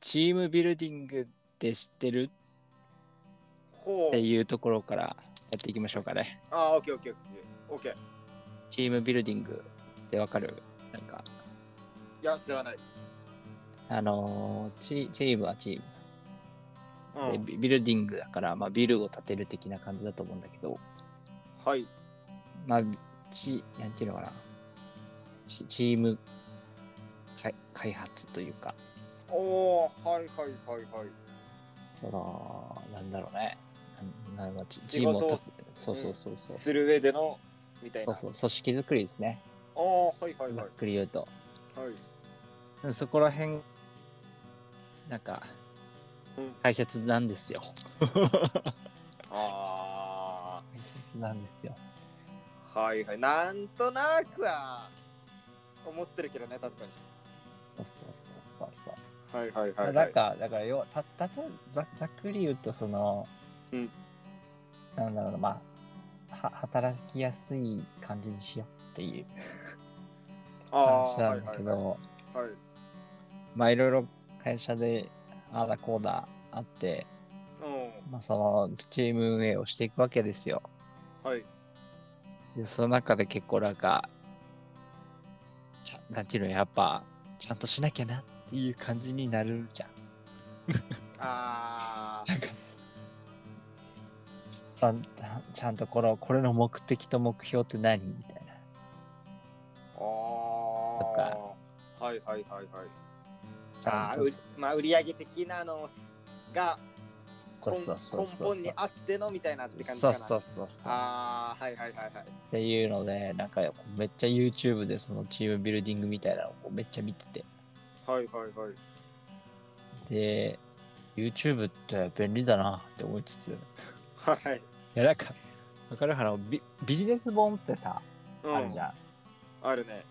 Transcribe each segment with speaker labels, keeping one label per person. Speaker 1: チームビルディングって知ってる
Speaker 2: ほ
Speaker 1: っ
Speaker 2: う
Speaker 1: て。いうところからやっていきましょうかね。
Speaker 2: あー、オッケーオッケーオッケー。オッケ
Speaker 1: チームビルディングってわかるなんか、
Speaker 2: ー。いや、知らない。
Speaker 1: あのーチ、チームはチームさ、
Speaker 2: う
Speaker 1: で
Speaker 2: ん。
Speaker 1: ビビルディングだから、まあ、ビルを建てる的な感じだと思うんだけど、
Speaker 2: はい。
Speaker 1: まあ、チ、なんていうのかな。チチーム開開発というか、
Speaker 2: おー、はいはいはいはい。
Speaker 1: その、なんだろうね。なんなんチチー
Speaker 2: 仕
Speaker 1: ム
Speaker 2: 事
Speaker 1: を
Speaker 2: を
Speaker 1: 立て、そうそうそうそう。
Speaker 2: する上での、みたい
Speaker 1: そ
Speaker 2: な。
Speaker 1: うそう、組織づくりですね。
Speaker 2: おー、はいはい
Speaker 1: ざ
Speaker 2: は
Speaker 1: っ
Speaker 2: い。
Speaker 1: くり言うと。
Speaker 2: はい。
Speaker 1: そこら辺、なんか
Speaker 2: うん、
Speaker 1: 大切なんですよ。
Speaker 2: あ
Speaker 1: 大切なんですよ。
Speaker 2: ー、はいはい。なんとなくは、思ってるけどね、確かに。
Speaker 1: そうそうそうそうそう。
Speaker 2: はいはいはい、はい。
Speaker 1: なんか、だから要は、たたとざざっくり言うと、その、
Speaker 2: うん
Speaker 1: なんだろうな、まあ、は働きやすい感じにしようっていう
Speaker 2: あ
Speaker 1: 話
Speaker 2: ー
Speaker 1: なんだけ
Speaker 2: はい
Speaker 1: ど、
Speaker 2: はいはい、はい
Speaker 1: まあいろいろ会社であーだこうだあって、
Speaker 2: う
Speaker 1: まあ、そのチーム運営をしていくわけですよ。
Speaker 2: ん。はい。
Speaker 1: でその中で結構なんかちゃなんていうのやっぱちゃんとしなきゃなっていう感じになるじゃん。
Speaker 2: あー。
Speaker 1: さんたちゃんとこのこれの目的と目標って何みたいな
Speaker 2: あー。
Speaker 1: と
Speaker 2: はいはいはいはい。
Speaker 1: ちゃ
Speaker 2: あ
Speaker 1: んと
Speaker 2: ーうまあ、売り上げ的なのが
Speaker 1: そう
Speaker 2: 根
Speaker 1: そうそうそう
Speaker 2: 根本にあってのみたいなって感じか
Speaker 1: そう
Speaker 2: な。
Speaker 1: そうそうそうっ
Speaker 2: ああ、はいはいはいはい。
Speaker 1: ていうのでなんかめっちゃ YouTube でそのチームビルディングみたいなのをこうめっちゃ見てて
Speaker 2: はいはいはい。
Speaker 1: で YouTube って便利だなって思いつつい
Speaker 2: はい。
Speaker 1: やなんかわかるかなビビジネス本ってさ、
Speaker 2: うん、
Speaker 1: あるじゃん
Speaker 2: あるね。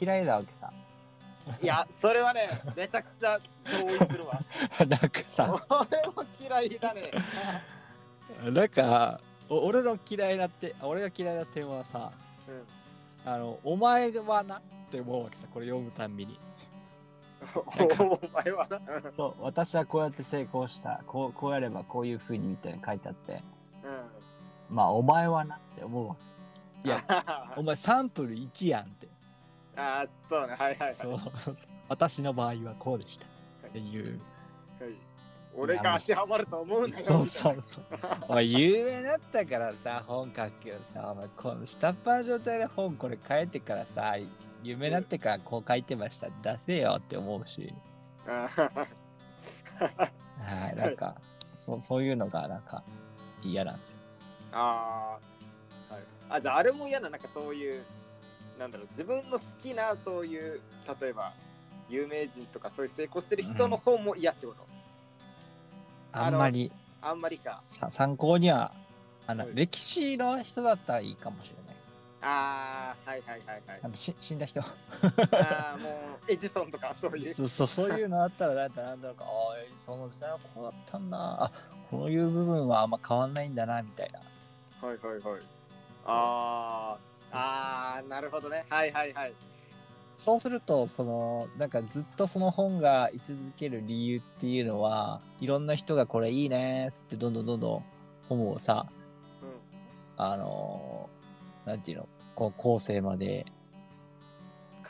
Speaker 1: 嫌いなわけさ
Speaker 2: いや、それはね、めちゃくちゃ同意す るわ。
Speaker 1: なんかさ
Speaker 2: 俺も嫌いだね。
Speaker 1: なんかお俺の嫌いなって俺が嫌いな点はさ
Speaker 2: うん
Speaker 1: あのお前はなって思うわけさこれ読むたんびに
Speaker 2: お前はな。
Speaker 1: そう私はこうやって成功したこうこうやればこういうふうにみたいに書いてあって
Speaker 2: うん。
Speaker 1: まあお前はなって思うわけいや
Speaker 2: あ
Speaker 1: お前サンプル1やんって
Speaker 2: あ、そうね。はいはいはい。
Speaker 1: そう 私の場合はこうでしたっていう
Speaker 2: はい俺が足はまると思うんだよ。
Speaker 1: そうそうそう。お前有名だったからさ、本書くけどさ、お前この下っ端の状態で本これ書いてからさ、有名になってからこう書いてました、出せよって思うし、
Speaker 2: あー
Speaker 1: はい、なんか、そうそういうのがなんか嫌なんですよ。
Speaker 2: あー、はい、あじゃああれも嫌ななんかそういうなんだろう自分の好きなそういう例えば有名人とかそういう成功してる人の本も嫌ってこと、
Speaker 1: あんまり
Speaker 2: あんまりか
Speaker 1: さ参考には、あの、
Speaker 2: はい
Speaker 1: 歴史の人だったらいいかもしれない。
Speaker 2: ああはいはいはいはい
Speaker 1: あのし死んだ人
Speaker 2: ああもうエジソンとかそういう
Speaker 1: そうそうそういうのあったらなんだなんだろうかああその時代はこうだったんだあこういう部分はあんま変わんないんだなみたいな
Speaker 2: はいはいはいあーあーなるほどねはいはいはい
Speaker 1: そうするとそのなんかずっとその本が居続ける理由っていうのはいろんな人がこれいいねっつってどんどんどんどん本をさ
Speaker 2: うん
Speaker 1: あのーなんていうのこう後世まで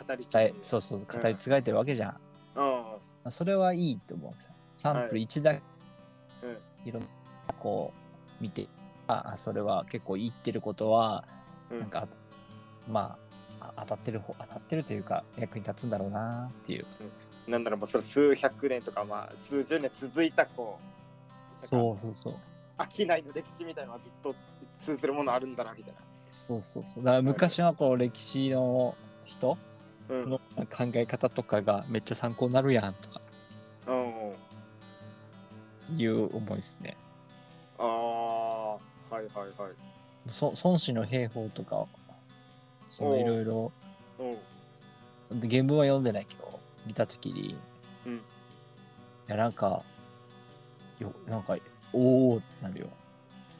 Speaker 2: 語り
Speaker 1: 伝えそうそうそう語り継がれてるわけじゃん、ま
Speaker 2: うん
Speaker 1: あそれはいいと思うわけさサンプル1だけ
Speaker 2: うん
Speaker 1: いろんなこう見てああそれは結構言ってることは
Speaker 2: うん
Speaker 1: なんか、まああ当たってる方当たってるというか役に立つんだろうなっていう
Speaker 2: なんだろうもうそれ数百年とかまあ数十年続いたこう
Speaker 1: そうそうそう
Speaker 2: 商いの歴史みたいなのはずっと通ずるものあるんだなみたいな。
Speaker 1: そうそうそう。だから昔のこう歴史の人
Speaker 2: うん。
Speaker 1: の考え方とかがめっちゃ参考になるやんとか
Speaker 2: うん、
Speaker 1: いう思いですね。
Speaker 2: ああ、はいはいはい。
Speaker 1: そ孫子の兵法とか、そのいろいろ、
Speaker 2: うん。
Speaker 1: で原文は読んでないけど、見たときに、
Speaker 2: うん
Speaker 1: いやなんか、よなんか、おおってなるよ。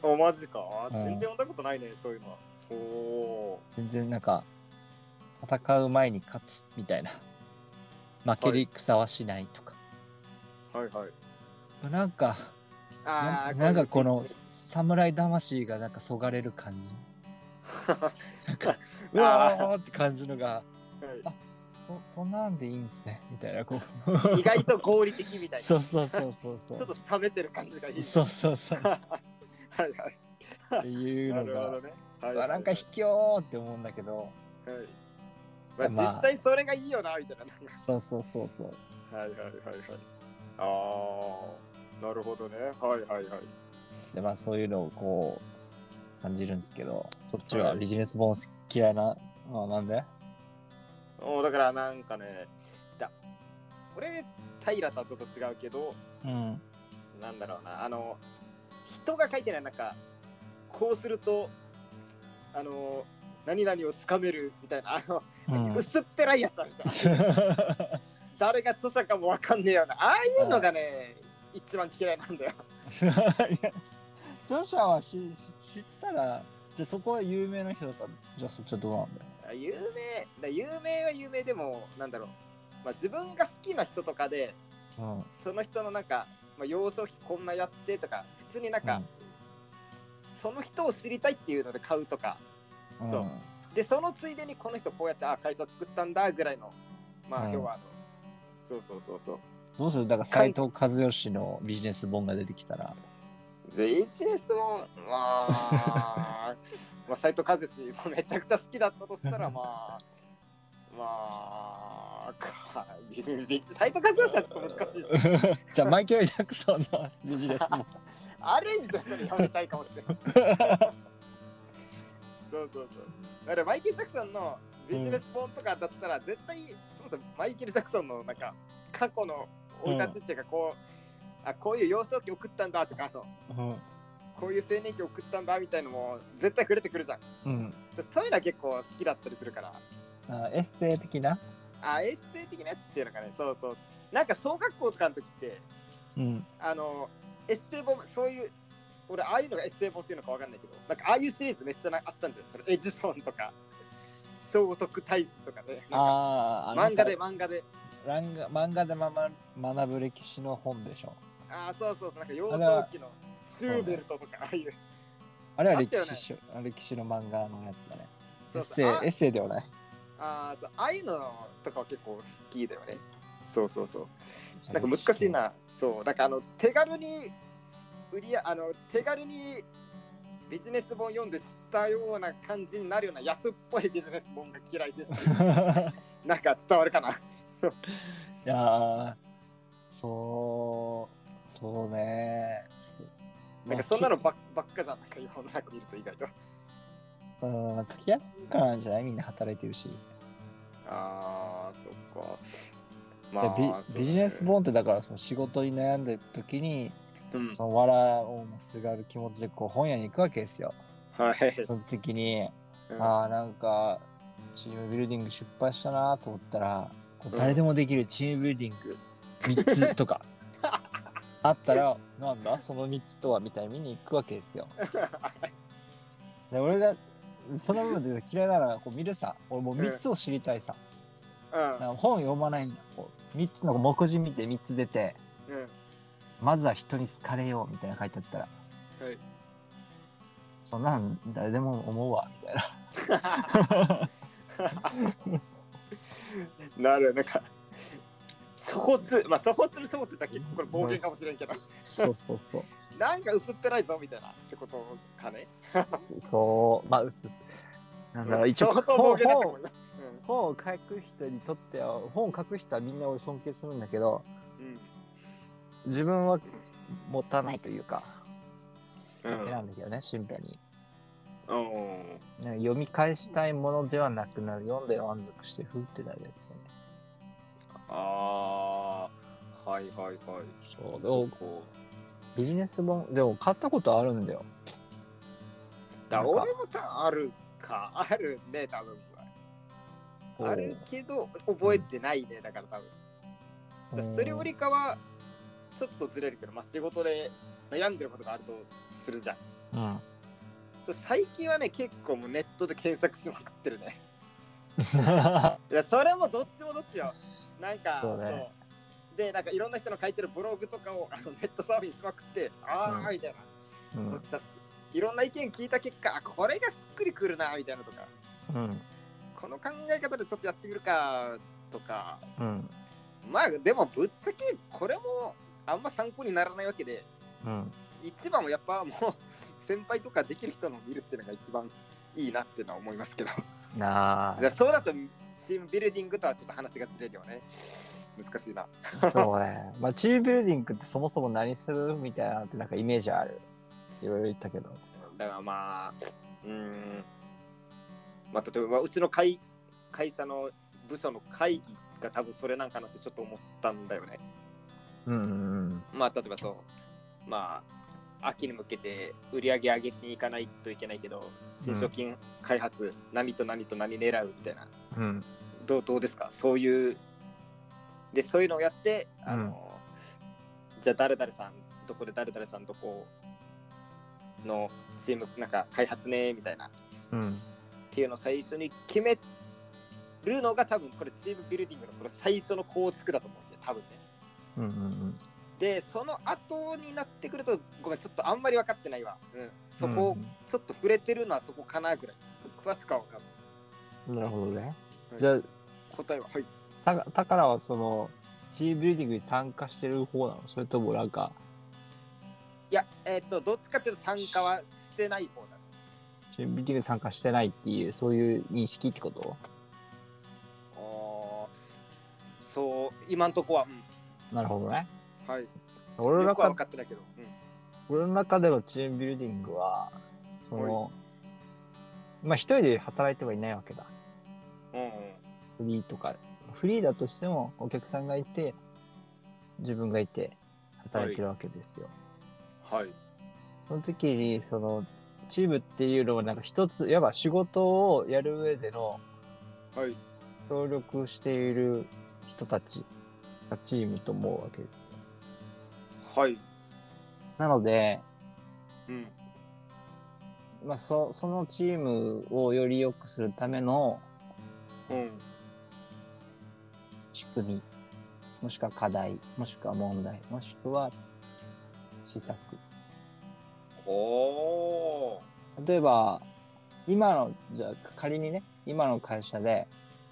Speaker 2: お、マジか。あ
Speaker 1: うん
Speaker 2: ー全然読んだことないね、そういうのは。おお
Speaker 1: 全然なんか、戦う前に勝つみたいな。負けり草はしないとか。
Speaker 2: ー。はいはい。
Speaker 1: なんか
Speaker 2: あ
Speaker 1: な
Speaker 2: あ、
Speaker 1: なんかこの
Speaker 2: ういう
Speaker 1: 侍魂がなんかそがれる感じ
Speaker 2: のですね
Speaker 1: うわーって感じのが
Speaker 2: はい
Speaker 1: そそんなんでいいんですねみたいなこ
Speaker 2: 意外と合理的みた
Speaker 1: う
Speaker 2: いな。
Speaker 1: そうそうそうそう
Speaker 2: ち
Speaker 1: そ
Speaker 2: ょっ
Speaker 1: う
Speaker 2: と冷めてる感じがいい。
Speaker 1: そうそうそうっ
Speaker 2: はいはい。
Speaker 1: ていう
Speaker 2: な
Speaker 1: の
Speaker 2: る
Speaker 1: が
Speaker 2: ほどね。はい、
Speaker 1: うわなんか卑怯って思うんだけど
Speaker 2: はいま
Speaker 1: ま
Speaker 2: あ、
Speaker 1: あ
Speaker 2: 実際それがいいよなみたいな。
Speaker 1: そうそうそうそう
Speaker 2: はいはいはいはい。ああ、なるほどね。はいはいはい。
Speaker 1: でまあそういうのをこう感じるんですけどそっちはビジネス本嫌いな、まあ、なんで
Speaker 2: おだからなんかね、だ俺、平とはちょっと違うけど、
Speaker 1: うん
Speaker 2: なんだろうな、あの、人が書いてない、なんか、こうすると、あの、何々をつかめるみたいな、あの、
Speaker 1: うん
Speaker 2: 薄っぺらいやつあるじゃん。誰が著者かもわかんねえよな。ああいうのがね、一番嫌いなんだよ。
Speaker 1: いや著者はしし知ったらじゃあそこは有名な人だったらじゃあそっちはどうなんだよ
Speaker 2: あ有名だ有名は有名でもなんだろう、まあ、自分が好きな人とかで
Speaker 1: うん
Speaker 2: その人のなんか、まあ、幼少期こんなやってとか普通になんか、
Speaker 1: うん
Speaker 2: その人を知りたいっていうので買うとかそう
Speaker 1: うん
Speaker 2: でそのついでにこの人こうやってあ会社作ったんだぐらいのまあ
Speaker 1: うん
Speaker 2: 要はあの、そうそうそうそう
Speaker 1: どうするだから斎藤和義のビジネス本が出てきたら
Speaker 2: ビジネスもまあ まあ斎藤和志もめちゃくちゃ好きだったとした らまあまあかビジ斎藤和義はちょっと難しいですね
Speaker 1: じゃあマイケル・ジャクソンのビジネス本
Speaker 2: ある意味としてやめたいかもしれない。 そうそうそう。だからマイケル・ジャクソンのビジネス本とかだったら、絶対、そもそもマイケル・ジャクソンのなんか過去の生い立ちっていうか、こう、あ、こういう幼少期送ったんだとか、あの
Speaker 1: うん
Speaker 2: こういう青年期送ったんだみたいのも絶対触れてくるじゃん。
Speaker 1: うん
Speaker 2: で そういうのは結構好きだったりするから。
Speaker 1: あエッセイ的な
Speaker 2: あ、エッセイ的なやつっていうのかね、そうそう。なんか小学校とかの時って、
Speaker 1: うん
Speaker 2: あの、エッセイ本、そういう、俺、ああいうのがエッセイ本っていうのかわかんないけど、なんかああいうシリーズめっちゃなあったんじゃないそれエジソンとか、聖徳太子とかね、なんか
Speaker 1: ああ
Speaker 2: 漫画で漫画で、
Speaker 1: 漫画漫画でまま学ぶ歴史の本でしょ
Speaker 2: ああ、そうそうそう、なんか幼少期のシューベルトとか、ああいう、
Speaker 1: あれは
Speaker 2: あった
Speaker 1: 歴
Speaker 2: よね
Speaker 1: 史書、歴史の漫画のやつだねエッ
Speaker 2: そう
Speaker 1: セ
Speaker 2: そう
Speaker 1: イ
Speaker 2: あ
Speaker 1: エッセイではない
Speaker 2: あーそうああいうのとかは結構好きだよね。そうそうそう。なんか難しいな、そう、なんかあの、手軽に、売りや、あの、手軽に、ビジネス本読んで知ったような感じになるような安っぽいビジネス本が嫌いです。なんか伝わるかな。そう。
Speaker 1: いやーそうそうねそう
Speaker 2: なんかそんなのばっばっかじゃん。なんか世の中見ると意外と。
Speaker 1: うん書きやすいからなんじゃないみんな働いてるし、
Speaker 2: ああ、そっか。
Speaker 1: でビビジネス本ってだからその仕事に悩んでる時に
Speaker 2: うん。はい
Speaker 1: その藁をもすがる気持ちでこう本屋に行くわけですよ。。その時に
Speaker 2: うん
Speaker 1: あーなんかチームビルディング失敗したなと思ったらこう誰でもできるチームビルディング3つ とかあったらなんだその3つとはみたいに見に行くわけですよ。で俺がその部分で嫌いならこう見るさ俺もう3つを知りたいさ、だから本読まないんだこう3つの目次見て3つ出て
Speaker 2: うん。うん。
Speaker 1: まずは人に好かれようみたいな書いてあったら
Speaker 2: はい。
Speaker 1: そんなん誰でも思うわみたいな。
Speaker 2: なるなんか。粗発、まあ、粗発の人もって言ったら結構これ暴言かもしれんけど、
Speaker 1: そうそうそう。
Speaker 2: なんか薄っぺらいぞみたいなってことかね。
Speaker 1: そそう、まあ、薄なんだろう、一応、
Speaker 2: 相当暴
Speaker 1: 本
Speaker 2: 言だと
Speaker 1: 本
Speaker 2: 思うよ。
Speaker 1: 本を書く人にとっては、本を書く人はみんな俺尊敬するんだけど、
Speaker 2: うん。
Speaker 1: 自分は持たないというか、
Speaker 2: うん。うん。
Speaker 1: 選んだけどね、シンプルに。
Speaker 2: う
Speaker 1: な
Speaker 2: ん
Speaker 1: んか読み返したいものではなくなる。読んで満足して、ふーってなるやつだね。
Speaker 2: ああ、はいはいはい。
Speaker 1: そうで
Speaker 2: そ
Speaker 1: も
Speaker 2: こ
Speaker 1: ビジネス本、でも買ったことあるんだよ。
Speaker 2: だ
Speaker 1: なんか
Speaker 2: 俺もたあるか、あるね、多分。あるけど、覚えてないね、だから多分。だからそれよりかは、ちょっとずれるけど、まあ、仕事で悩んでることがあるとするじゃん。
Speaker 1: うん。
Speaker 2: そう最近はね、結構もうネットで検索しまくってるね。いや、それもどっちもどっちよ。なんか、
Speaker 1: そうね
Speaker 2: でなんかいろんな人の書いてるブログとかをあのネットサーフィンしまくってああ、
Speaker 1: うん
Speaker 2: みたいな、
Speaker 1: う
Speaker 2: もうんさいろんな意見聞いた結果あこれがしっくりくるなみたいなとか
Speaker 1: うん
Speaker 2: この考え方でちょっとやってみるかとか
Speaker 1: うん
Speaker 2: まあでもぶっちゃけこれもあんま参考にならないわけで
Speaker 1: うん
Speaker 2: 一番はやっぱもう先輩とかできる人のを見るっていうのが一番いいなっていうのは思いますけど
Speaker 1: なあ
Speaker 2: じゃあそうだとチームビルディングとはちょっと話がずれるよね難しいな
Speaker 1: そうね。まあ、チームビルディングってそもそも何するみたいなのってなんかイメージある。いろいろ言ったけど。
Speaker 2: だからまあ、うーん、まあ、例えばうちの会会社の部署の会議が多分それなんかなってちょっと思ったんだよね。
Speaker 1: うんうん
Speaker 2: まあ、例えばそう、まあ、秋に向けて売り上げ上げていかないといけないけど、新商品開発、何と何と何狙うみたいな、
Speaker 1: うん。うん。
Speaker 2: どうどうですか、そういう、で、そういうのをやって、あの、じゃあ、誰々さん、どこで誰々さん、どこのチーム、なんか開発ね、みたいな。
Speaker 1: うん。
Speaker 2: っていうのを最初に決めるのが多分これチームビルディングのこれ最初の構築だと思うんで多分ね
Speaker 1: うんうん
Speaker 2: でその後になってくるとごめんちょっとあんまり分かってないわ、うん、そこをちょっと触れてるのはそこかなぐらい詳しくは分かんな
Speaker 1: うん。な
Speaker 2: い
Speaker 1: るほどね。
Speaker 2: はい
Speaker 1: じゃあ、
Speaker 2: 答えははい
Speaker 1: ただからはその、チームビルディングに参加してる方なのそれともなんか、
Speaker 2: いやえっとどっちかっていうと参加はしてない方だ
Speaker 1: チームビルディングに参加してないっていう、そういう認識ってこと
Speaker 2: おーそう今んとこは、う
Speaker 1: なるほどね。
Speaker 2: ん、はい
Speaker 1: 俺の
Speaker 2: よく
Speaker 1: 中
Speaker 2: は分かってないけど、うん、
Speaker 1: 俺の中でのチームビルディングは、その、まあ一人で働いてはいないわけだ。
Speaker 2: うん
Speaker 1: フリーとか、フリーだとしてもお客さんがいて、自分がいて働いてるわけですよ。
Speaker 2: はい
Speaker 1: その時に、その、チームっていうのはなんか一つ、いわば仕事をやる上での
Speaker 2: はい
Speaker 1: 協力している人たちがチームと思うわけですよ。
Speaker 2: はい
Speaker 1: なので、
Speaker 2: うん
Speaker 1: まあそ、そのチームをより良くするための
Speaker 2: うん
Speaker 1: 仕組み、もしくは課題、もしくは問題、もしくは施策
Speaker 2: おお
Speaker 1: 例えば今のじゃあ仮にね今の会社で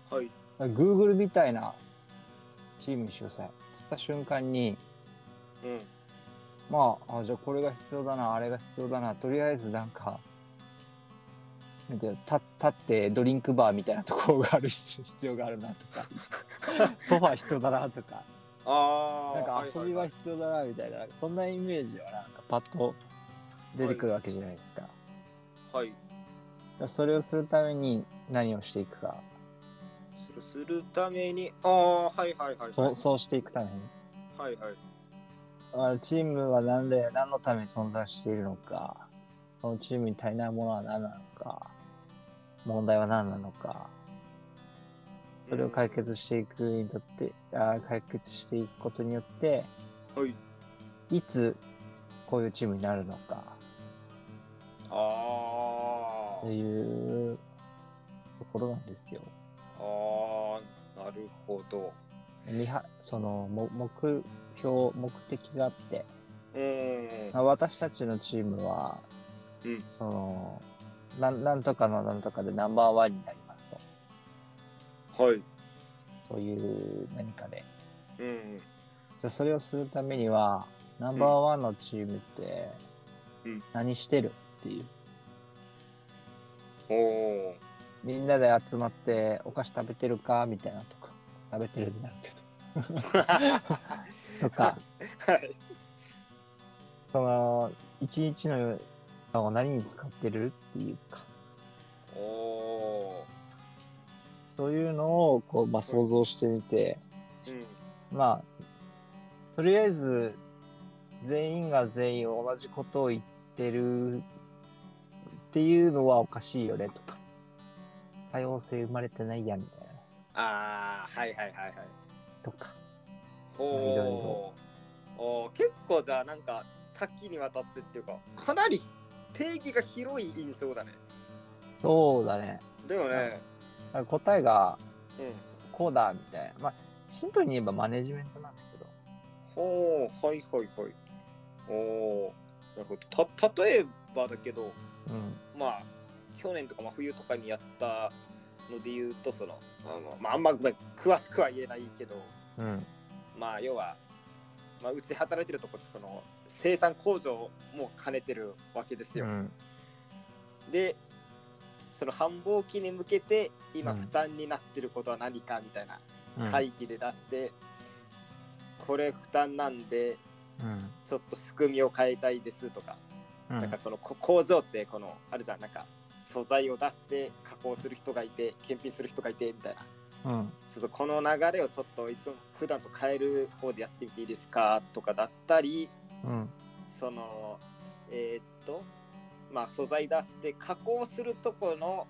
Speaker 2: ーはい
Speaker 1: Google みたいなチームにしようさつった瞬間に
Speaker 2: うん
Speaker 1: まああじゃあこれが必要だなあれが必要だなとりあえずなんかなんていうの立立ってドリンクバーみたいなところがある 必必要があるなとか ソファー必要だなとか
Speaker 2: ああ。
Speaker 1: なんか遊び
Speaker 2: は
Speaker 1: はい必要だなみたいななんかそんなイメージはなんかパッと出てくるわけじゃないですか。
Speaker 2: はいはい。
Speaker 1: だからそれをするために何をしていくか
Speaker 2: するするために、ああ、はいはいはい。
Speaker 1: そうそうしていくために
Speaker 2: はいはい。
Speaker 1: あチームは何で何のために存在しているのかこのチームに足りないものは何なのか問題は何なのかそれを解決していくにとって、あー解決していくことによって
Speaker 2: はい。
Speaker 1: いつこういうチームになるのか
Speaker 2: あ
Speaker 1: っていうところなんですよ。
Speaker 2: あ。ああ、なるほど。
Speaker 1: 見はそのも目標目的があって
Speaker 2: うーん。
Speaker 1: まあ私たちのチームは、
Speaker 2: うん
Speaker 1: そのなんなんとかのなんとかでナンバーワンになりますと
Speaker 2: はい。
Speaker 1: そういう何かで
Speaker 2: うん。
Speaker 1: じゃあそれをするためにはナンバーワンのチームって
Speaker 2: うん
Speaker 1: 何してるっていう、
Speaker 2: おお。
Speaker 1: みんなで集まってお菓子食べてるかみたいなとか食べてるになるけ どとか
Speaker 2: はい。
Speaker 1: その一日のを何に使ってるっていうか
Speaker 2: おお。
Speaker 1: そういうのをこう、まあ、想像してみて、
Speaker 2: うん。
Speaker 1: まあ、とりあえず、全員が全員同じことを言ってるっていうのはおかしいよねとか、多様性生まれてないやみたいな
Speaker 2: ああ、はいはいはいはい。
Speaker 1: とか、いろい
Speaker 2: ほう。おー結構じゃあなんか多岐にわたってっていうかかなり定義が広い印象だね。
Speaker 1: そうだね。
Speaker 2: だよね。
Speaker 1: 答えが
Speaker 2: うん。
Speaker 1: こうだみたいな。まあ、シンプルに言えばマネジメントなんだけど、
Speaker 2: ほう、はいはいはい。おお、なるほど。た、例えばだけど、
Speaker 1: うん。
Speaker 2: まあ、去年とか、まあ、冬とかにやったので言うと、その、あのまあ、あんまごめん詳しくは言えないけど、
Speaker 1: うん。
Speaker 2: まあ、要は、まあ、うち働いてるとこって、その、生産工場も兼ねてるわけです
Speaker 1: う
Speaker 2: よ。
Speaker 1: ん。
Speaker 2: で、その繁忙期に向けて、今、
Speaker 1: うん
Speaker 2: 負担になってることは何かみたいな
Speaker 1: うん。
Speaker 2: 会議で出して、これ負担なんで、
Speaker 1: うん。
Speaker 2: ちょっと仕組みを変えたいですとか、
Speaker 1: う
Speaker 2: なん
Speaker 1: ん
Speaker 2: か。このこ工場ってこのあるじゃんなんか素材を出して加工する人がいて検品する人がいてみたいな
Speaker 1: うん。
Speaker 2: そうそうこの流れをちょっといつも普段と変える方でやってみていいですかとかだったり
Speaker 1: うん。
Speaker 2: そのえーっとまあ素材出して加工するとこの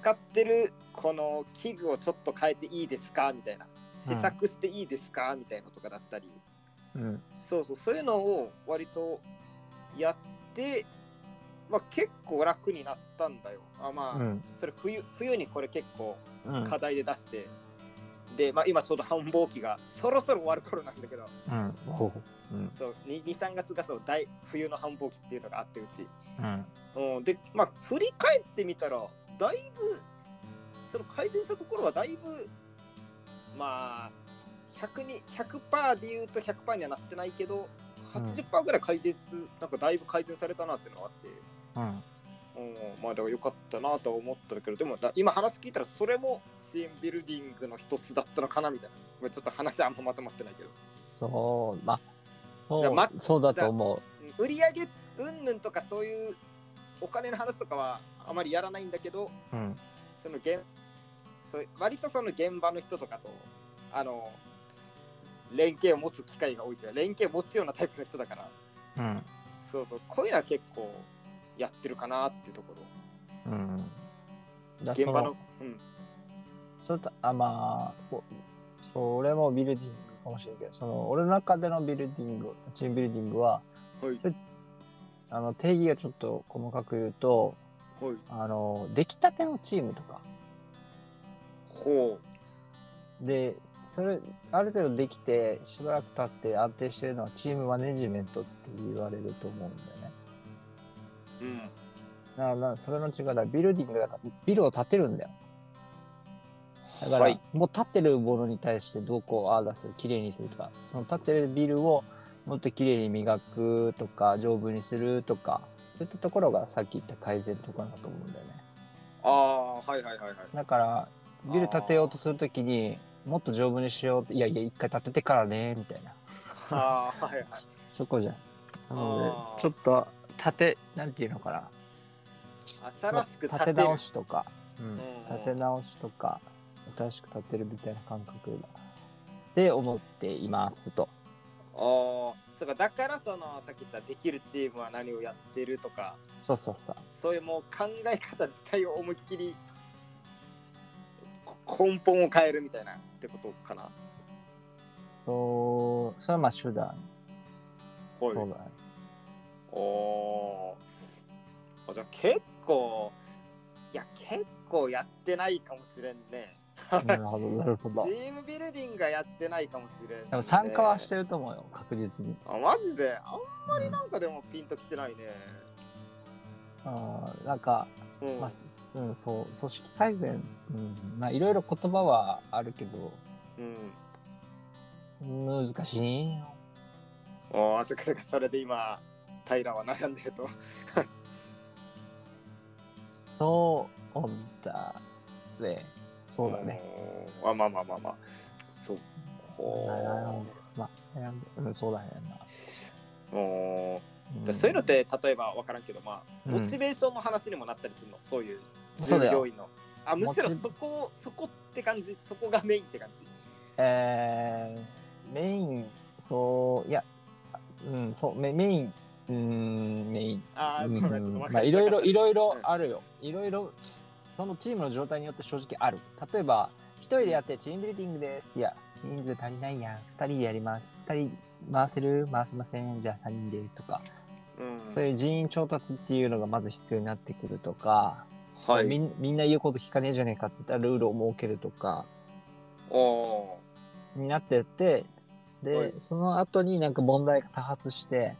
Speaker 2: 使ってるこの器具をちょっと変えていいですかみたいな
Speaker 1: うん
Speaker 2: 試作していいですかみたいなのとかだったり、
Speaker 1: うん。
Speaker 2: そうそう、そういうのを割とやって、まあ、結構楽になったんだよ。あまあ、
Speaker 1: うん
Speaker 2: それ冬冬にこれ結構
Speaker 1: うん。
Speaker 2: 課題で出して、で、まあ、今ちょうど繁忙期がそろそろ終わる頃なんだけど、
Speaker 1: うん。ほう。うん。
Speaker 2: そう2、3月がそう大冬の繁忙期っていうのがあってうち。
Speaker 1: うん。
Speaker 2: うん、で、まあ、振り返ってみたら、だいぶ、その改善したところはだいぶ、まあ、100に、100%で言うと100%にはなってないけど、80%ぐらい改善す、なんかだいぶ改善されたなっていうのがあっ
Speaker 1: うん。
Speaker 2: て、うん、まあ、だから良かったなとは思ったけど、でも、だ今話聞いたら、それも支援ビルディングの一つだったのかなみたいな。ごめんちょっと話あんままとまってないけど。
Speaker 1: そう、まあ、
Speaker 2: だか
Speaker 1: そ
Speaker 2: ら
Speaker 1: う
Speaker 2: ま
Speaker 1: そうだと思う。
Speaker 2: うん売り上げ、うんぬんとかそういうお金の話とかはあまりやらないんだけど、
Speaker 1: うん。
Speaker 2: その現そう割とその現場の人とかとあの連携を持つ機会が多いというか連携を持つようなタイプの人だから
Speaker 1: うん。
Speaker 2: そうそうこういうのは結構やってるかなっていうところ
Speaker 1: うん。だ
Speaker 2: 現場
Speaker 1: そ
Speaker 2: のうん
Speaker 1: それとあまあこそれもビルディングかもしれないけどその俺の中でのビルディングチームビルディングは
Speaker 2: はい
Speaker 1: そあの定義がちょっと細かく言うと
Speaker 2: はい
Speaker 1: あの出来たてのチームとか
Speaker 2: ほ
Speaker 1: でそれある程度できてしばらく経って安定してるのはチームマネジメントって言われると思うんだよね。
Speaker 2: ううん
Speaker 1: だからなそれの違いだビルディングだからビルを建てるんだよ。だから、
Speaker 2: はい
Speaker 1: もう建ってるものに対してどうこうああだする綺麗にするとかその建ってるビルをもっと綺麗に磨くとか丈夫にするとかそういったところがさっき言った改善とかだと思うんだよね
Speaker 2: ああはいはいはいはい
Speaker 1: だからビル建てようとするときにもっと丈夫にしようっていやいや一回建ててからねみたいな
Speaker 2: ああはいはい
Speaker 1: そこじゃんなの
Speaker 2: あー
Speaker 1: でちょっと建てなんていうのかな
Speaker 2: 新しく
Speaker 1: 立
Speaker 2: 立て
Speaker 1: て
Speaker 2: る
Speaker 1: 直しとか、うん
Speaker 2: ん
Speaker 1: 立て直しとか新しく立てるみたいな感覚だで思っていますと。
Speaker 2: ああそうかだからそのさっき言ったできるチームは何をやってるとか
Speaker 1: そうそうそう。
Speaker 2: そういうもう考え方自体を思いっきりこ根本を変えるみたいなってことかな。
Speaker 1: そう、それはまあ手段。
Speaker 2: はい、
Speaker 1: そうだね。
Speaker 2: おーあじゃあ結構いや結構やってないかもしれんね。
Speaker 1: なるほど、なるほ
Speaker 2: チ
Speaker 1: ど。
Speaker 2: ームビルディングはやってないかもしれん、ね。
Speaker 1: でも参加はしてると思うよ、確実に。
Speaker 2: あマジであんまり
Speaker 1: うん
Speaker 2: なんかでもピンときてないね。
Speaker 1: あーなんか、
Speaker 2: うん。
Speaker 1: まあ、すうん、そう、組織改善、うん、まあ、いろいろ言葉はあるけど、
Speaker 2: うん
Speaker 1: 難しいよ。
Speaker 2: おーそれからそれで今平は悩んでると。
Speaker 1: そうだね。そうだね。
Speaker 2: おー。あまあまあまあまあ。そう。
Speaker 1: 悩
Speaker 2: ほ
Speaker 1: んでまあ、悩んでうん、そうだねんな。
Speaker 2: う。おー
Speaker 1: ん
Speaker 2: そういうのっ、て例えば分からんけど、まあ、
Speaker 1: うん
Speaker 2: モチベーションの話にもなったりするの、そういう
Speaker 1: そうだよ
Speaker 2: 従業員の。あ、むしろ
Speaker 1: モチ
Speaker 2: そこ、そこって感じ、そこがメインって感じ。
Speaker 1: えーメイン、そう、いや、うん、そう、メメイン、うん、メイン。
Speaker 2: あー、
Speaker 1: うん
Speaker 2: ごめんちょっと分
Speaker 1: ま
Speaker 2: か
Speaker 1: あ、いろいろ、い
Speaker 2: ろ。
Speaker 1: ろいろあるよ。いろいろ、そのチームの状態によって正直ある。例えば、一人でやってチームビルディングです。いや、人数足りないやん。二人でやります。二人回せる回せません。じゃあ三人です。とか、
Speaker 2: うん、
Speaker 1: そういう人員調達っていうのがまず必要になってくるとか、
Speaker 2: はい。
Speaker 1: みんみんな言うこと聞かねえじゃねえかって言ったらルールを設けるとか、
Speaker 2: おー
Speaker 1: になってって
Speaker 2: は
Speaker 1: で
Speaker 2: い
Speaker 1: その後になんか問題が多発して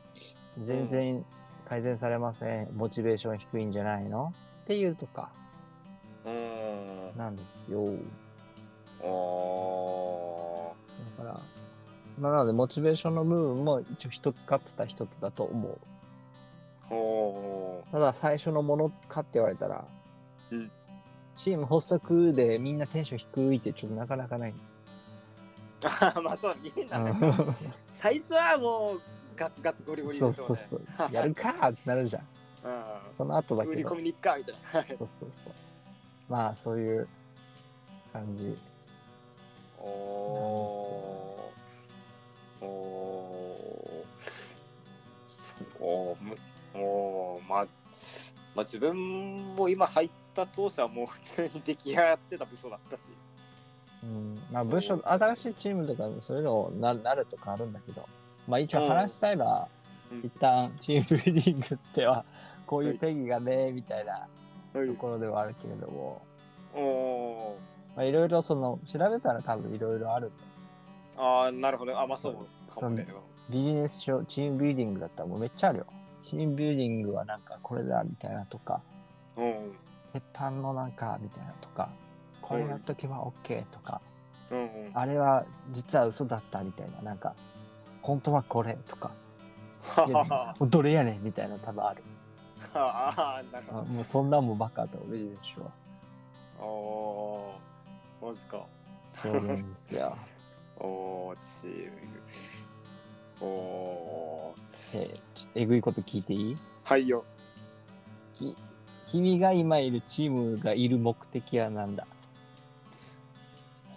Speaker 1: 全然改善されません、モチベーション低いんじゃないのっていうとか
Speaker 2: うーん。
Speaker 1: なんですよ
Speaker 2: お
Speaker 1: だから、まあ、なのでモチベーションの部分も一応一つ買ってた一つだと思う
Speaker 2: ー。お
Speaker 1: ただ最初のものかって言われたら、
Speaker 2: うん
Speaker 1: チーム発足でみんなテンション低いってちょっとなかなかない、
Speaker 2: ー。 まあそう、みんなね、最初はもうガツガツゴリゴリ です
Speaker 1: そ
Speaker 2: よ
Speaker 1: う
Speaker 2: ね。
Speaker 1: そう そうやるかーってなるじゃん
Speaker 2: うん。
Speaker 1: その後だ
Speaker 2: 売
Speaker 1: け
Speaker 2: り
Speaker 1: ど
Speaker 2: 込みに行くかみたいな。はい
Speaker 1: そうそうそうまあそういう感じ
Speaker 2: おーおーそうおーむおーまあまあ自分も今入った当初はもう普通に出来上がってた部署だったし
Speaker 1: うんまあ
Speaker 2: そう
Speaker 1: 部署新しいチームとかそういうのななるとかあるんだけどまあ一応話したいのは、
Speaker 2: うん
Speaker 1: 一旦チームビルディングってはこういう定義がねみたいな
Speaker 2: はい
Speaker 1: ところではあるけれども
Speaker 2: おー
Speaker 1: まあいろいろその調べたら多分いろいろある
Speaker 2: ああなるほどあまあそう
Speaker 1: そ
Speaker 2: か
Speaker 1: う
Speaker 2: もね
Speaker 1: ビジネス書チームビルディングだったらもうめっちゃあるよチームビルディングはなんかこれだみたいなとか
Speaker 2: うん
Speaker 1: 鉄板のなんかみたいなとかこれやっとけば OK とか、
Speaker 2: うんうん
Speaker 1: あれは実は嘘だったみたいななんか本当はこれと か
Speaker 2: ははは
Speaker 1: どれやねんみたいな多分ある
Speaker 2: ああなる
Speaker 1: あ
Speaker 2: ほ
Speaker 1: もうそんなんもバカとビジネスは
Speaker 2: どおーマジか
Speaker 1: そうなんです よ
Speaker 2: おーチームおー
Speaker 1: えーちょえぐいこと聞いていい
Speaker 2: はいよ
Speaker 1: き君が今いるチームがいる目的は何だ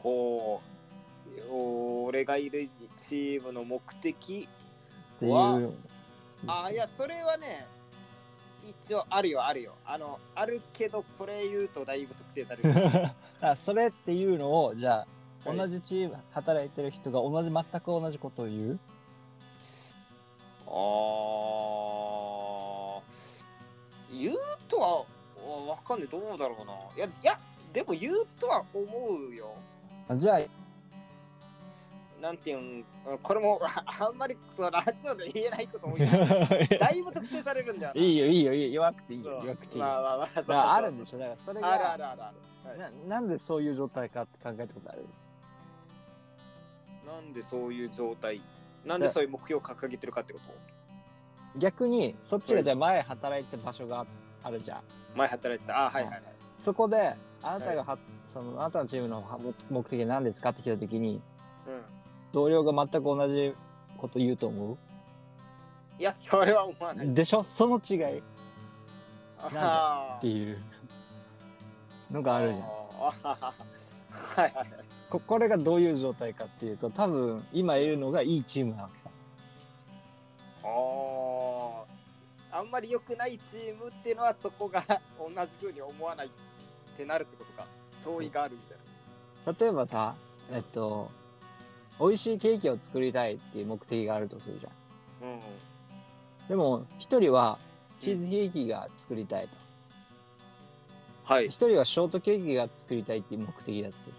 Speaker 2: ほう。俺がいるチームの目的
Speaker 1: っていう
Speaker 2: わあ、いや、それはね、一応あるよ、あるよ。あの、あるけど、これ言うとだいぶ特定される。
Speaker 1: あそれっていうのをじゃあ、
Speaker 2: はい
Speaker 1: 同じチーム働いてる人が同じ全く同じことを言う
Speaker 2: あー言うとはわかんない。どうだろうな。いや、いや、でも言うとは思うよ。
Speaker 1: あ じゃあ
Speaker 2: なんていうん、これも ああんまりそのラジオで言えないこ ともだいぶ特定されるんだよな。
Speaker 1: いい
Speaker 2: よ、
Speaker 1: よいいよいいよ弱くていいよ弱くていいよ、
Speaker 2: まあまあまあそうそうそう
Speaker 1: まあ、あるんでしょだからそれが
Speaker 2: あるあるあるある。はい
Speaker 1: ななんでそういう状態かって考えたことある
Speaker 2: なんでそういう状態なんでそういう目標を掲げてるかってこと
Speaker 1: 逆にそっち
Speaker 2: は
Speaker 1: が
Speaker 2: い
Speaker 1: じゃあ前働いてる場所があるじゃん
Speaker 2: 前働いてたあはいはいはい
Speaker 1: そこであなたがは、そのあなたのチームのは目目的は何ですかって聞いた時に
Speaker 2: うん
Speaker 1: 同僚が全く同じこと言うと思
Speaker 2: いやそれは思わないう
Speaker 1: でしょその違いっで
Speaker 2: あ
Speaker 1: てい
Speaker 2: ー
Speaker 1: うのがあ るじゃん
Speaker 2: あーはいはいはい
Speaker 1: ここれがどういう状態かっていうと多分今いるのがいいチームなわけさ
Speaker 2: あーあんまり良くないチームっていうのはそこが同じ風に思わないってなるってことか相違があるみたい
Speaker 1: 例えばさ
Speaker 2: うん
Speaker 1: えっと美味しいケーキを作りたいっていう目的があるとするじゃん
Speaker 2: なうん
Speaker 1: でも一人はチーズケーキが作りたいと
Speaker 2: は
Speaker 1: 一人はショートケーキが作りたいっていう目的だとする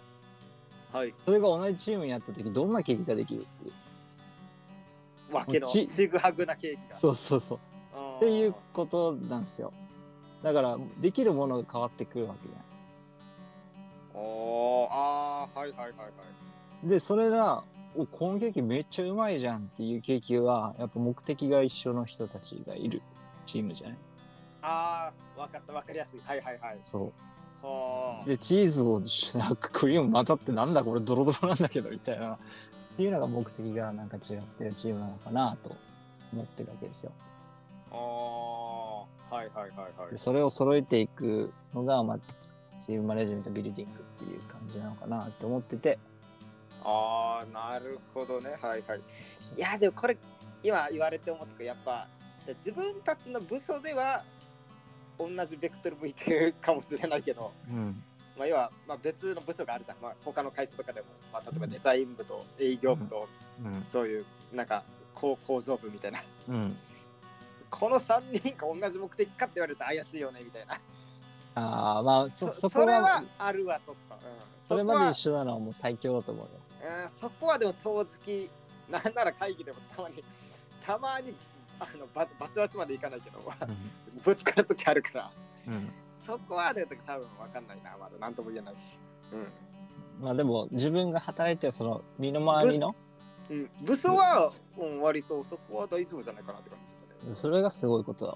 Speaker 2: はい
Speaker 1: それが同じチームになった時どんなケーキができるっていう
Speaker 2: わけの
Speaker 1: ち
Speaker 2: ちぐはぐなケーキが
Speaker 1: そうそうそう
Speaker 2: うん
Speaker 1: っていうことなんですよだからできるものが変わってくるわけじゃ
Speaker 2: おーあーはいはいはいはい
Speaker 1: んでそれがおこのケーキめっちゃうまいじゃんっていうケーキはやっぱ目的が一緒の人たちがいるチームじゃない
Speaker 2: ああわかったわかりやすいはいはいはい
Speaker 1: そ
Speaker 2: は
Speaker 1: うでチーズをなんかクリーム混ざってなんだこれドロドロなんだけどみたいなっていうのが目的がなんか違ってるチームなのかなと思ってるわけですよ
Speaker 2: ああはいはいはいはい
Speaker 1: でそれを揃えていくのが、まあ、チームマネジメントビルディングっていう感じなのかなって思ってて
Speaker 2: ああなるほどねはいはいいやでもこれ今言われて思ったけどやっぱ自分たちの部署では同じベクトル向いてるかもしれないけど、
Speaker 1: うん
Speaker 2: まあ、要は、まあ、別の部署があるじゃん、まあ、他の会社とかでも、まあ、例えばデザイン部と営業部と
Speaker 1: うん
Speaker 2: そういうなんか工工場部みたいな
Speaker 1: うん
Speaker 2: この3人が同じ目的かって言われると怪しいよねみたいな
Speaker 1: ああまあそそこ
Speaker 2: れ
Speaker 1: は
Speaker 2: はあるわちょっと、うん
Speaker 1: それまで
Speaker 2: そこ
Speaker 1: 一緒なのはもう最強だと思うよ
Speaker 2: はうんそこはでも正直なんなら会議でもたまに、たまに、あのババチバチまでいかないけど、 ぶつかる時あるから、
Speaker 1: うんうん
Speaker 2: そこはで多分わかんないな、まだなんとも言えないし。
Speaker 1: まあでも自分が働いてるその身の回りの
Speaker 2: うん。うん、武装は、うん、割とそこは大丈夫じゃないかなって感じだね。
Speaker 1: それがすごいことだ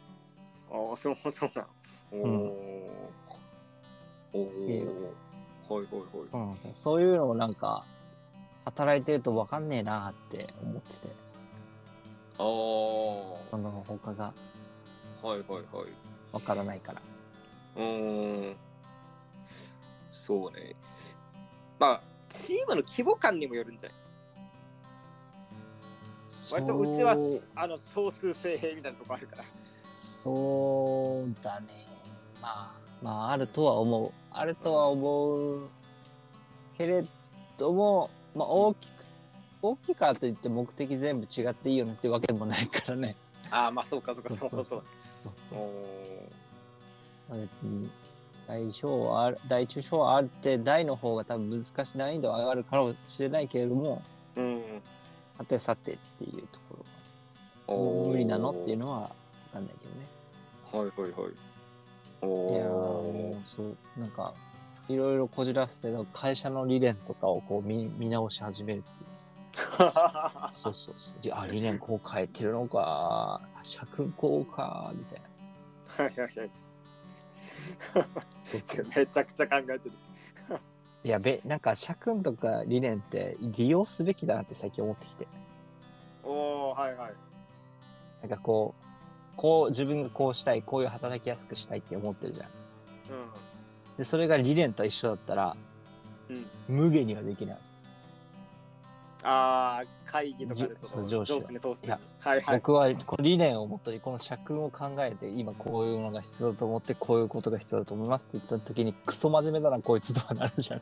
Speaker 2: ああ、そう そうなの。おお。お
Speaker 1: いいよ
Speaker 2: お。はいはいはい。
Speaker 1: そうなんですよそういうのをなんか働いてると分かんねえなって思ってて
Speaker 2: ああ
Speaker 1: その他が
Speaker 2: はいはいはい。
Speaker 1: 分からないから
Speaker 2: うーん。そうね。まあ、チームの規模感にもよるんじゃない割とうちは
Speaker 1: そう
Speaker 2: あの、少数精鋭みたいなとこあるから。
Speaker 1: そうだねまあまああるとは思うあるとは思うけれどもまあ大きく大きいからといって目的全部違っていいよねってわけでもないからね
Speaker 2: ああ、まあそうかそう
Speaker 1: そ
Speaker 2: かそうう
Speaker 1: そ
Speaker 2: そうう
Speaker 1: そ
Speaker 2: そうう。お
Speaker 1: まあ別に大小はある大中小はあるって大の方が多分難しい難易度は上がるかもしれないけれども
Speaker 2: ーうん。
Speaker 1: 果てさてっていうとこ
Speaker 2: お
Speaker 1: ろ
Speaker 2: ー
Speaker 1: 無理なのっていうのは分かんないけどね
Speaker 2: はいはいはい。
Speaker 1: い やー
Speaker 2: お
Speaker 1: もうそうなんかいろいろこじらせてなんか会社の理念とかをこう見見直し始めるっていう
Speaker 2: ー
Speaker 1: そうそうそういやあ理念こう変えてるのかあ尺こうかみたいな
Speaker 2: はいはいはい。
Speaker 1: そうそうそう
Speaker 2: めちゃくちゃ考えてる。
Speaker 1: いやべなんか尺とか理念って利用すべきだなって最近思ってきて
Speaker 2: おおはいはい。
Speaker 1: なんかこうこう自分がこうしたいこういう働きやすくしたいって思ってるじゃんでそれが理念と一緒だったら
Speaker 2: うん。うん。
Speaker 1: 無限にはできない
Speaker 2: ああ、会議とかで
Speaker 1: じそう上司は
Speaker 2: 上司に通す
Speaker 1: いや。
Speaker 2: はいはい。
Speaker 1: 僕はこう理念をもとにこの社訓を考えて今こういうものが必要だと思ってこういうことが必要だと思いますって言った時にクソ真面目だなこいつとはなるじゃん。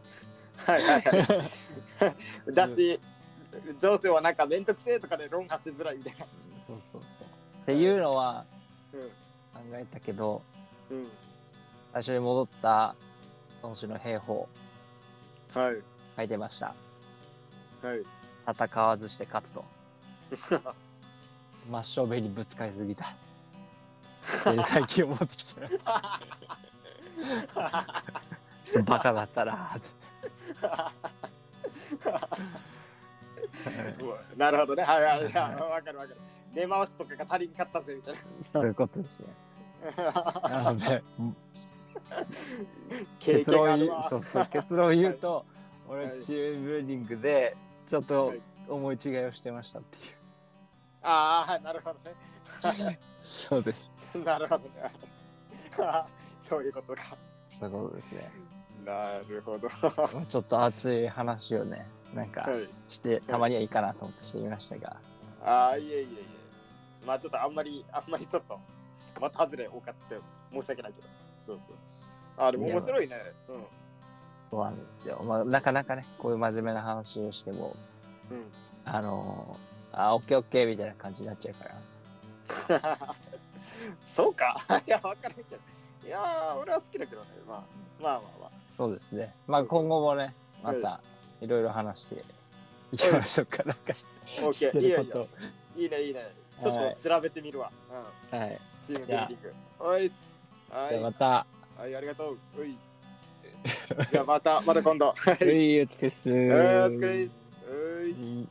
Speaker 2: はいはいはい。だし、上司はなんかめんどくせえとかで論破しづらいみたいな。
Speaker 1: そうそうそう。っていうのは
Speaker 2: う
Speaker 1: 考えたけど
Speaker 2: ん。うん。
Speaker 1: 最初に戻った孫子の兵法
Speaker 2: はい
Speaker 1: 書いてました。
Speaker 2: はい。
Speaker 1: 戦わずして勝つと。 真正面にぶつかりすぎた。って最近思ってきた。ちょ っとバカだったなーって。
Speaker 2: うわなるほどね。はいはいはい。わかるわかる。出回しとかが足りんかったぜみたい
Speaker 1: そういうこと ですね。な
Speaker 2: な。
Speaker 1: ので
Speaker 2: 経
Speaker 1: 結
Speaker 2: 験あ
Speaker 1: 論
Speaker 2: る
Speaker 1: 言う
Speaker 2: わ
Speaker 1: そうそう結論言うと、
Speaker 2: は
Speaker 1: 俺
Speaker 2: い
Speaker 1: チームビルディングでちょっと
Speaker 2: はい
Speaker 1: 思い違いをしてましたっていう、
Speaker 2: ああ、なるほどね。
Speaker 1: そうです
Speaker 2: なるほどね。あーそういうことか。
Speaker 1: そういうことですね
Speaker 2: なるほど。
Speaker 1: まあちょっと熱い話をねなんか
Speaker 2: はい。
Speaker 1: してたまにはいいかなと思ってしてみましたが
Speaker 2: ああ、いえいえいえ。まあちょっとあんまり、あんまりちょっと、また外れ多かったよ。申し訳ないけど。そうそう。あーでも面白いね。う
Speaker 1: そうなんですよ、まあ、なかなかねこういう真面目な話をしても
Speaker 2: ん。うん。
Speaker 1: あのー、あーオッケーオッケーみたいな感じになっちゃうから
Speaker 2: そうか。 いや、わからんけど。いやー、俺は好きだけどね。まあ、まあまあまあ。
Speaker 1: そうですねまあ今後もねまたいろいろ話していきましょうか、なんか知
Speaker 2: オ
Speaker 1: 知っ
Speaker 2: ッ
Speaker 1: て
Speaker 2: ケー。い
Speaker 1: る
Speaker 2: いよ
Speaker 1: こ
Speaker 2: いいよ
Speaker 1: と。
Speaker 2: いいね、いいね。ちょっと調べてみるわ。うん。
Speaker 1: はい
Speaker 2: チームビルディング。おいっす。は
Speaker 1: じゃあ
Speaker 2: い
Speaker 1: ま。た
Speaker 2: はい、ありがとう。うい。 じゃあまた、また今度。はい。
Speaker 1: ういお疲れっす
Speaker 2: えーお疲れっす。う
Speaker 1: う
Speaker 2: い。
Speaker 1: ん